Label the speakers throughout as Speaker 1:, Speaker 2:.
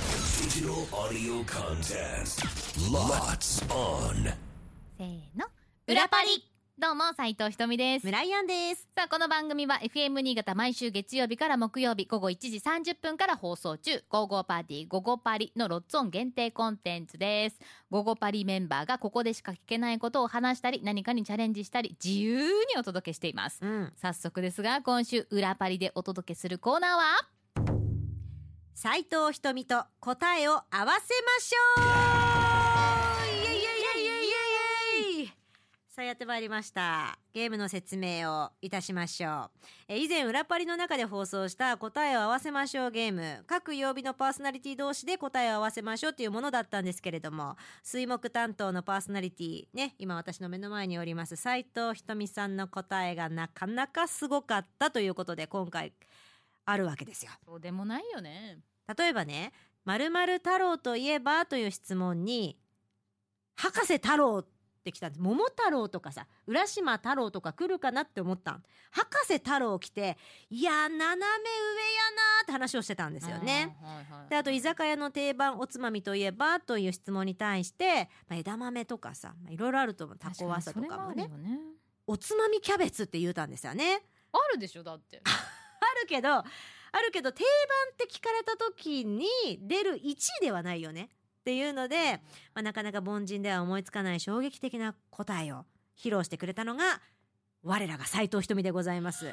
Speaker 1: Digital audio contest. Lots on.
Speaker 2: せーの裏パリどうも斉藤ひとみです
Speaker 3: 村井アンです。
Speaker 2: さあこの番組は FM 新潟毎週月曜日から木曜日午後1時30分から放送中「ゴーゴーパーティーゴーゴーパリ」のロッツオン限定コンテンツですゴーゴーパリメンバーがここでしか聞けないことを話したり何かにチャレンジしたり自由にお届けしています
Speaker 3: うん。
Speaker 2: 早速ですが今週裏パリでお届けするコーナーは
Speaker 3: 斉藤ひとみと答えを合わせましょう。イエイイエイイエイイエイイエイ。さあやってまいりました。ゲームの説明をいたしましょう。えー以前裏パリの中で放送した答えを合わせましょうゲーム各曜日のパーソナリティ同士で答えを合わせましょうというものだったんですけれども水木担当のパーソナリティね今私の目の前におります斉藤ひとみさんの答えがなかなかすごかったということで今回あるわけですよ。
Speaker 2: そうでもないよね
Speaker 3: 例えばね「まる太郎といえば?」という質問に「博士太郎」って来たんです桃太郎とかさ浦島太郎とか来るかなって思ったん博士太郎来て「いや斜め上やな」って話をしてたんですよね。
Speaker 2: あーはいはい
Speaker 3: であと居酒屋の定番おつまみといえばという質問に対して、まあ、枝豆とかさまあいろいろあると思うタコワサとかも
Speaker 2: 確にそれも
Speaker 3: ね
Speaker 2: あるよね
Speaker 3: おつまみキャベツって言うたんですよね。
Speaker 2: あるでしょだって
Speaker 3: あるけどあるけど定番って聞かれた時に出る1位ではないよねっていうので、まあ、なかなか凡人では思いつかない衝撃的な答えを披露してくれたのが我らが斉藤ひとみでございます。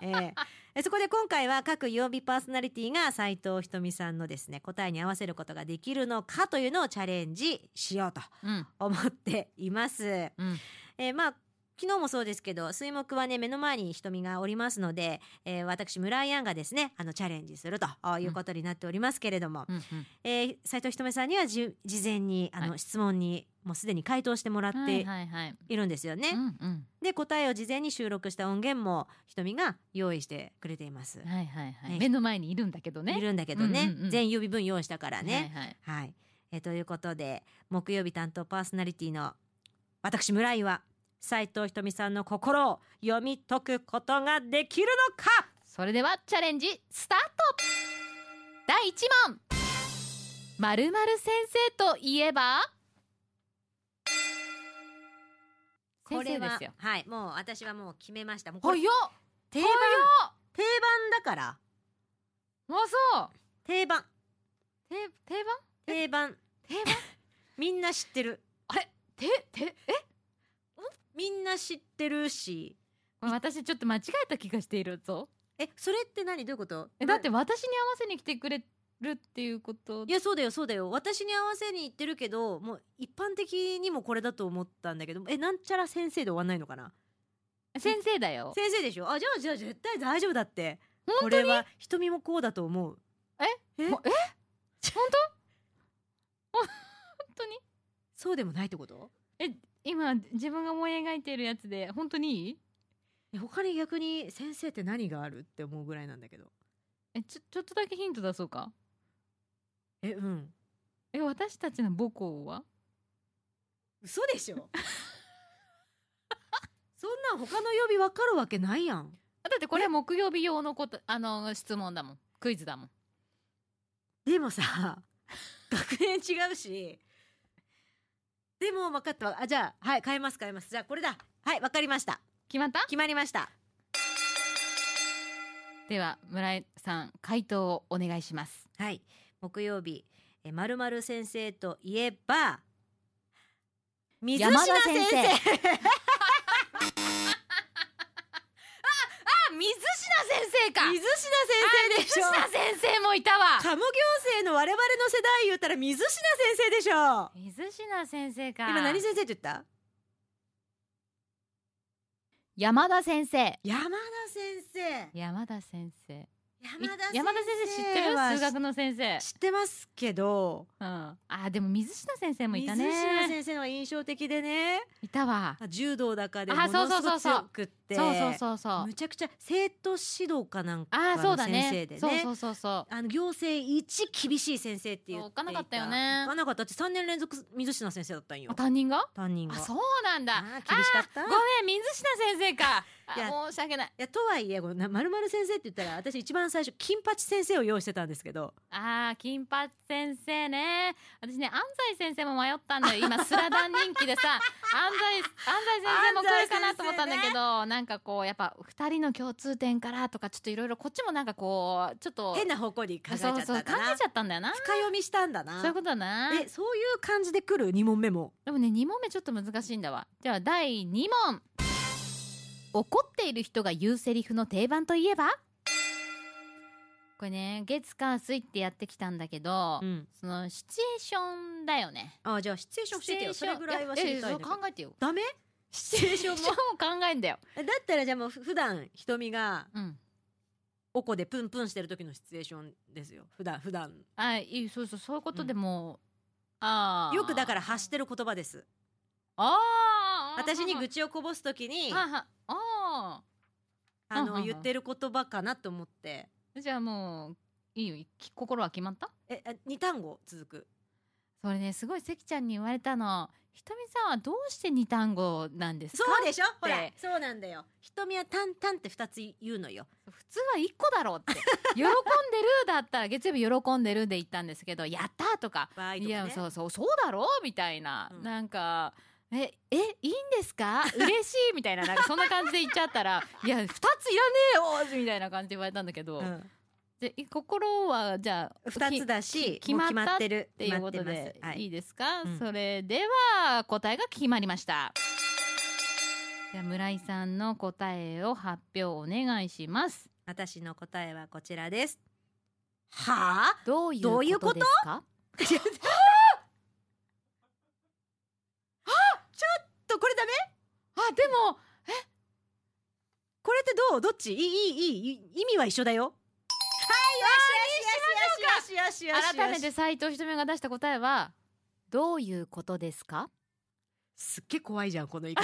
Speaker 3: えーえそこで今回は各曜日パーソナリティが斉藤ひとみさんのですね答えに合わせることができるのかというのをチャレンジしようと
Speaker 2: うん
Speaker 3: 思っています。
Speaker 2: うん
Speaker 3: えーまあ昨日もそうですけど水木はね目の前に瞳がおりますので、えー私村井アンがですねあのチャレンジするとあいうことになっておりますけれども、
Speaker 2: うんうん
Speaker 3: えー斉藤ひとめさんにはじゅ事前にあの、
Speaker 2: は
Speaker 3: 質問にもうすでに回答してもらっ
Speaker 2: はい
Speaker 3: て
Speaker 2: はいはい
Speaker 3: いるんですよね。
Speaker 2: うんうん
Speaker 3: で答えを事前に収録した音源もひとみが用意してくれています。
Speaker 2: はいはいはい、
Speaker 3: ね
Speaker 2: 目の前にいるんだけどね。
Speaker 3: いるんだけどね、
Speaker 2: うんうんうん
Speaker 3: 全予備分用意したからね。
Speaker 2: はいはい、
Speaker 3: はい、えーということで木曜日担当パーソナリティの私村井は斉藤ひとみさんの心を読み解くことができるのか
Speaker 2: それではチャレンジスタート第一問まるまる先生といえば先生ですよ
Speaker 3: これははいもう私はもう決めましたもうこ
Speaker 2: 早っ
Speaker 3: れ定番
Speaker 2: 早っ
Speaker 3: 定番だか
Speaker 2: あ
Speaker 3: ら
Speaker 2: そう
Speaker 3: 定番
Speaker 2: て定番
Speaker 3: 定番
Speaker 2: 定番
Speaker 3: みんな知ってる
Speaker 2: あれててえ
Speaker 3: みんな知ってるし
Speaker 2: これ私ちょっと間違えた気がしているぞ
Speaker 3: えそれって何どういうこと
Speaker 2: えだって私に合わせに来てくれるっていうこと
Speaker 3: いやそうだよそうだよ私に合わせに言ってるけどもう一般的にもこれだと思ったんだけどえなんちゃら先生で終わんないのかな
Speaker 2: 先生だよ
Speaker 3: 先生でしょあじゃあじゃあ絶対大丈夫だってこ
Speaker 2: 本当
Speaker 3: れ
Speaker 2: に
Speaker 3: は瞳もこうだと思うえ
Speaker 2: ほえ本当本当に
Speaker 3: そうでもないってこと
Speaker 2: え今自分が思い描いているやつで本当にいい
Speaker 3: え他に逆に先生って何があるって思うぐらいなんだけど
Speaker 2: えちょちょっとだけヒント出そうか
Speaker 3: えうん
Speaker 2: え私たちの母校は
Speaker 3: 嘘でしょ そんなん他の曜日わかるわけないやん
Speaker 2: あだってこれ木曜日用のことあの質問だもんクイズだもん
Speaker 3: でもさ学年違うしでも分かったわあじゃあはい変えます変えますじゃあこれだはいわかりました
Speaker 2: 決まった
Speaker 3: 決まりました
Speaker 2: では村井さん回答をお願いします
Speaker 3: はい木曜日えまるまる先生といえば 水島
Speaker 2: 山田
Speaker 3: 先
Speaker 2: 先
Speaker 3: 生
Speaker 2: 生
Speaker 3: あ
Speaker 2: あ水品先生か
Speaker 3: 水島先生でしょ
Speaker 2: 水品先生もいたわ
Speaker 3: カム行政の我々の世代言ったら水島先生でしょ
Speaker 2: 水品先生か
Speaker 3: 今何先生って言った
Speaker 2: 山田先生
Speaker 3: 山田先生
Speaker 2: 山田先生い
Speaker 3: 山田先生
Speaker 2: 山田先生知ってる
Speaker 3: は
Speaker 2: 数学の先生
Speaker 3: 知ってますけど
Speaker 2: うんあーでも水品先生もい
Speaker 3: 水
Speaker 2: た
Speaker 3: 島
Speaker 2: ね
Speaker 3: 先生のは印象的でね
Speaker 2: いたわ
Speaker 3: あ柔道だかでも
Speaker 2: あそう
Speaker 3: の
Speaker 2: そう
Speaker 3: す
Speaker 2: そ
Speaker 3: ご
Speaker 2: う
Speaker 3: く
Speaker 2: そう
Speaker 3: 強くって
Speaker 2: そうそうそうそう
Speaker 3: むちゃくちゃ生徒指導かなん
Speaker 2: あ
Speaker 3: か
Speaker 2: ーそう
Speaker 3: の
Speaker 2: だ
Speaker 3: 先
Speaker 2: ね
Speaker 3: 生でね
Speaker 2: そうそうそうそう
Speaker 3: あの行政一厳しい先生って言ってい
Speaker 2: そう置かなかったよね
Speaker 3: 置かなかったって三年連続水品先生だったんよ
Speaker 2: あ担任が
Speaker 3: 担任が
Speaker 2: あそうなんだ
Speaker 3: あー厳しかった
Speaker 2: あーごめん水下先生か
Speaker 3: いや
Speaker 2: あ申し訳ない
Speaker 3: いやとはいえこのなまるまる先生って言ったら私一番最初金八先生を用意してたんですけど
Speaker 2: あー金八先生ね私ね安西先生も迷ったんだよ今スラダン人気で さ安西安西先生も来るかなと思ったんだけど、なんかこうやっぱ二人の共通点からとかちょっといろいろこっちもなんかこうちょっと
Speaker 3: 変な方向に考えちゃったん
Speaker 2: そうそう
Speaker 3: だ
Speaker 2: 考
Speaker 3: な
Speaker 2: えちゃったんだよな
Speaker 3: 深読みしたんだな
Speaker 2: そういうことだな
Speaker 3: えそういう感じで来る2問目も
Speaker 2: でもね2問目ちょっと難しいんだわじゃあ第2問怒っている人が言うセリフの定番といえばこれね月火水ってやってきたんだけど、
Speaker 3: ん
Speaker 2: そのシチュエーションだよね
Speaker 3: あじゃあシチュエーション教えてよ
Speaker 2: シチ
Speaker 3: そ
Speaker 2: ュエーシ
Speaker 3: れ
Speaker 2: ョン
Speaker 3: ぐらいは知り
Speaker 2: や
Speaker 3: た
Speaker 2: え
Speaker 3: い
Speaker 2: そ
Speaker 3: ん
Speaker 2: う
Speaker 3: だ
Speaker 2: 考
Speaker 3: けど
Speaker 2: えてよ
Speaker 3: ダメ
Speaker 2: シチュエーションも考えんだよ
Speaker 3: えだったらじゃあもうふ普段瞳が
Speaker 2: うん
Speaker 3: おこでプンプンしてる時のシチュエーションですよ普段普段
Speaker 2: あいいそうそうそういうことでも、ああ
Speaker 3: よくだから発してる言葉です
Speaker 2: ああ
Speaker 3: 私に愚痴をこぼす時に
Speaker 2: あはあ
Speaker 3: あ
Speaker 2: うんうんう
Speaker 3: の
Speaker 2: ん
Speaker 3: 言ってる言葉かなと思って
Speaker 2: ーじゃあもういいよき心は決まった
Speaker 3: えあ二単語続く
Speaker 2: それねすごい関ちゃんに言われたのひとみさんはどうして二単語なんですか
Speaker 3: そうでしょほら
Speaker 2: って
Speaker 3: そうなんだよ瞳はタンタンって二つ言うのよ
Speaker 2: 普通は一個だろうって 喜んでるだったら月曜日喜んでるで言ったんですけどやったーとか
Speaker 3: 場合とかね
Speaker 2: いやそうそうそうだろうみたいな、
Speaker 3: うん
Speaker 2: なんかええいいんですか嬉しいみたいななんかそんな感じで言っちゃった らいや二ついらねえよみたいな感じで言われたんだけど、
Speaker 3: うん
Speaker 2: でい心はじゃあ
Speaker 3: 二、
Speaker 2: き
Speaker 3: つ
Speaker 2: っ
Speaker 3: だし
Speaker 2: き決
Speaker 3: も
Speaker 2: まっ
Speaker 3: う
Speaker 2: た
Speaker 3: 決まってる
Speaker 2: ていうこと
Speaker 3: 決まっ
Speaker 2: で
Speaker 3: てますはい
Speaker 2: いいですか、
Speaker 3: うん
Speaker 2: それでは答えが決まりましたじゃあ村井さんの答えを発表お願いします
Speaker 3: 私の答えはこちらですはあ
Speaker 2: どうい
Speaker 3: どういう
Speaker 2: う
Speaker 3: こ
Speaker 2: こととですか
Speaker 3: とこれダメ
Speaker 2: あでも
Speaker 3: これってどうどっちいいいいいい意味は一緒だよはいよしよしよしよしよしよし
Speaker 2: 改めて斎藤ひとみが出した答えはどういうことですか
Speaker 3: すっげえ怖いじゃんこの 言い方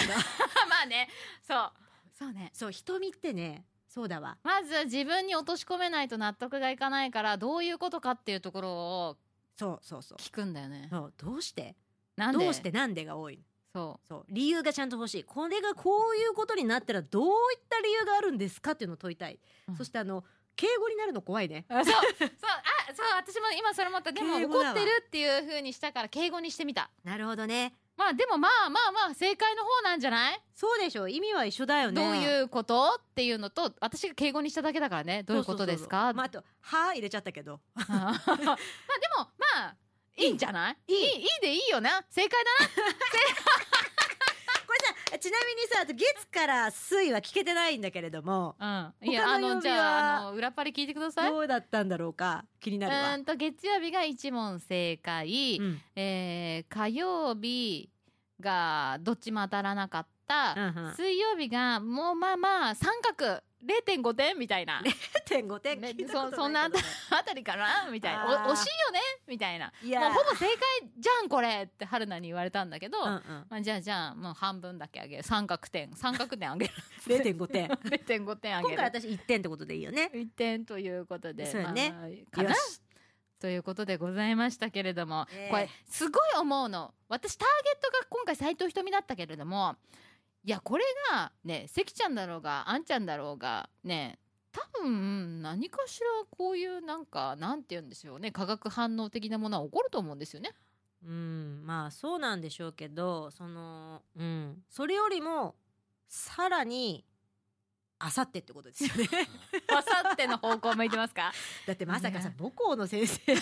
Speaker 2: ま あねそうそうね
Speaker 3: そう瞳ってねそうだわ
Speaker 2: まず自分に落とし込めないと納得がいかないからどういうことかっていうところを
Speaker 3: そうそうそう
Speaker 2: 聞くんだよね
Speaker 3: そうどうして
Speaker 2: なんで
Speaker 3: どうしてなんでが多い
Speaker 2: そ
Speaker 3: そう理由がちゃんと欲しいこれがこういうことになったらどういった理由があるんですかっていうのを問いたい、
Speaker 2: うん
Speaker 3: そしてあの敬語になるの怖いね
Speaker 2: う そうそうあそう私も今それ思ったでも
Speaker 3: 敬語だ
Speaker 2: 怒
Speaker 3: わ
Speaker 2: ってるっていう風にしたから敬語にしてみた
Speaker 3: なるほどね
Speaker 2: まあでもまあまあまあ正解の方なんじゃない、
Speaker 3: そうでしょう意味は一緒だよね
Speaker 2: どう
Speaker 3: う
Speaker 2: いうことっていうのと私が敬語にしただけだからねどういうことですか
Speaker 3: まあ、あと「は」入れちゃったけど
Speaker 2: まあでもまあいいんじゃないいいいいでいいよな正解だな
Speaker 3: これさちなみにさ月から水は聞けてないんだけれども
Speaker 2: うんいやあ
Speaker 3: 他の曜日は
Speaker 2: のじゃああの裏パリ聞いてください
Speaker 3: どうだったんだろうか気にな
Speaker 2: う
Speaker 3: るわ
Speaker 2: ーんと月曜日が1問正解、
Speaker 3: うん
Speaker 2: えー火曜日がどっちも当たらなかった、
Speaker 3: うんうん
Speaker 2: 水曜日がもうまあまあ三角0.5点みたいな
Speaker 3: 0.5点
Speaker 2: ね
Speaker 3: 聞いたことないけどね
Speaker 2: そそんなあんたあたりかなみたいな
Speaker 3: あー
Speaker 2: お惜しいよねみたいないもう
Speaker 3: や
Speaker 2: ほぼ正解じゃんこれって春菜に言われたんだけど、
Speaker 3: うんうん
Speaker 2: まあ、じゃあじゃあもう半分だけあげる三角点三角点あげる
Speaker 3: 0.5点
Speaker 2: 0.5点あげ
Speaker 3: 今
Speaker 2: る
Speaker 3: 回私1点ってことでいいよね
Speaker 2: 1点ということで
Speaker 3: そうよね
Speaker 2: まあかな
Speaker 3: よし
Speaker 2: ということでございましたけれども、
Speaker 3: ええ
Speaker 2: これすごい思うの私ターゲットが今回斎藤ひとみだったけれどもいやこれがね関ちゃんだろうがあんちゃんだろうがね多分何かしらこういうなんかなんて言うんでしょうね化学反応的なものは起こると思うんですよ ね。
Speaker 3: うんまあそうなんでしょうけどそのうんそれよりもさらにあさってってことですよね
Speaker 2: あさっての方向向いてますか
Speaker 3: だってまさかさ
Speaker 2: ね
Speaker 3: 母校の先生来る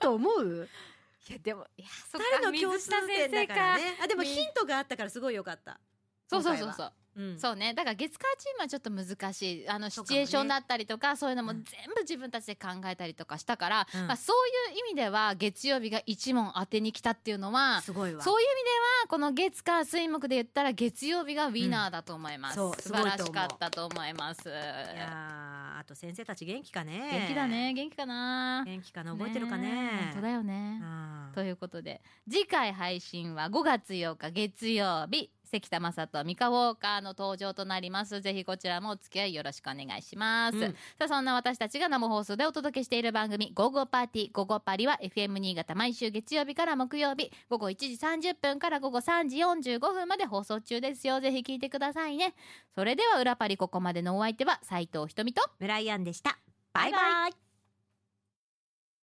Speaker 3: と思う
Speaker 2: いやでもいやそっ
Speaker 3: 誰
Speaker 2: か
Speaker 3: の共
Speaker 2: 水
Speaker 3: 通
Speaker 2: 下先
Speaker 3: 点
Speaker 2: 生
Speaker 3: だ
Speaker 2: か
Speaker 3: からねあでも
Speaker 2: み
Speaker 3: ヒントがあったからすごい良かった
Speaker 2: そうそうそう
Speaker 3: 今
Speaker 2: そ
Speaker 3: 回
Speaker 2: う
Speaker 3: うん
Speaker 2: そうねだから月火チームはちょっと難しいあのシ
Speaker 3: そうか
Speaker 2: チュ
Speaker 3: も
Speaker 2: エ
Speaker 3: ね
Speaker 2: ーションだったりとかそういうのも
Speaker 3: う
Speaker 2: 全
Speaker 3: ん
Speaker 2: 部自分たちで考えたりとかしたから、
Speaker 3: うん
Speaker 2: まあ、そういう意味では月曜日が一問当てに来たっていうのは
Speaker 3: すごいわ
Speaker 2: そういう意味ではこの月火水木で言ったら月曜日がウィナーだと思います、
Speaker 3: うんそう
Speaker 2: 素晴ら
Speaker 3: す
Speaker 2: し
Speaker 3: ごいと思
Speaker 2: か
Speaker 3: う
Speaker 2: ったと思います
Speaker 3: いやーあと先生たち元気かね
Speaker 2: 元気だね元気かな
Speaker 3: 元気かな覚えてるかね
Speaker 2: え本当だよね
Speaker 3: あー
Speaker 2: ということで次回配信は5月8日月曜日関田正人ミカウォーカーの登場となりますぜひこちらもお付き合いよろしくお願いします、
Speaker 3: うん
Speaker 2: さあそんな私たちが生放送でお届けしている番組「午後パーティー午後パリ」は FM 新潟毎週月曜日から木曜日午後1時30分から午後3時45分まで放送中ですよぜひ聞いてくださいねそれでは裏パリここまでのお相手は斉藤ひとみと
Speaker 3: ムライアンでしたバイバイ
Speaker 2: バイバ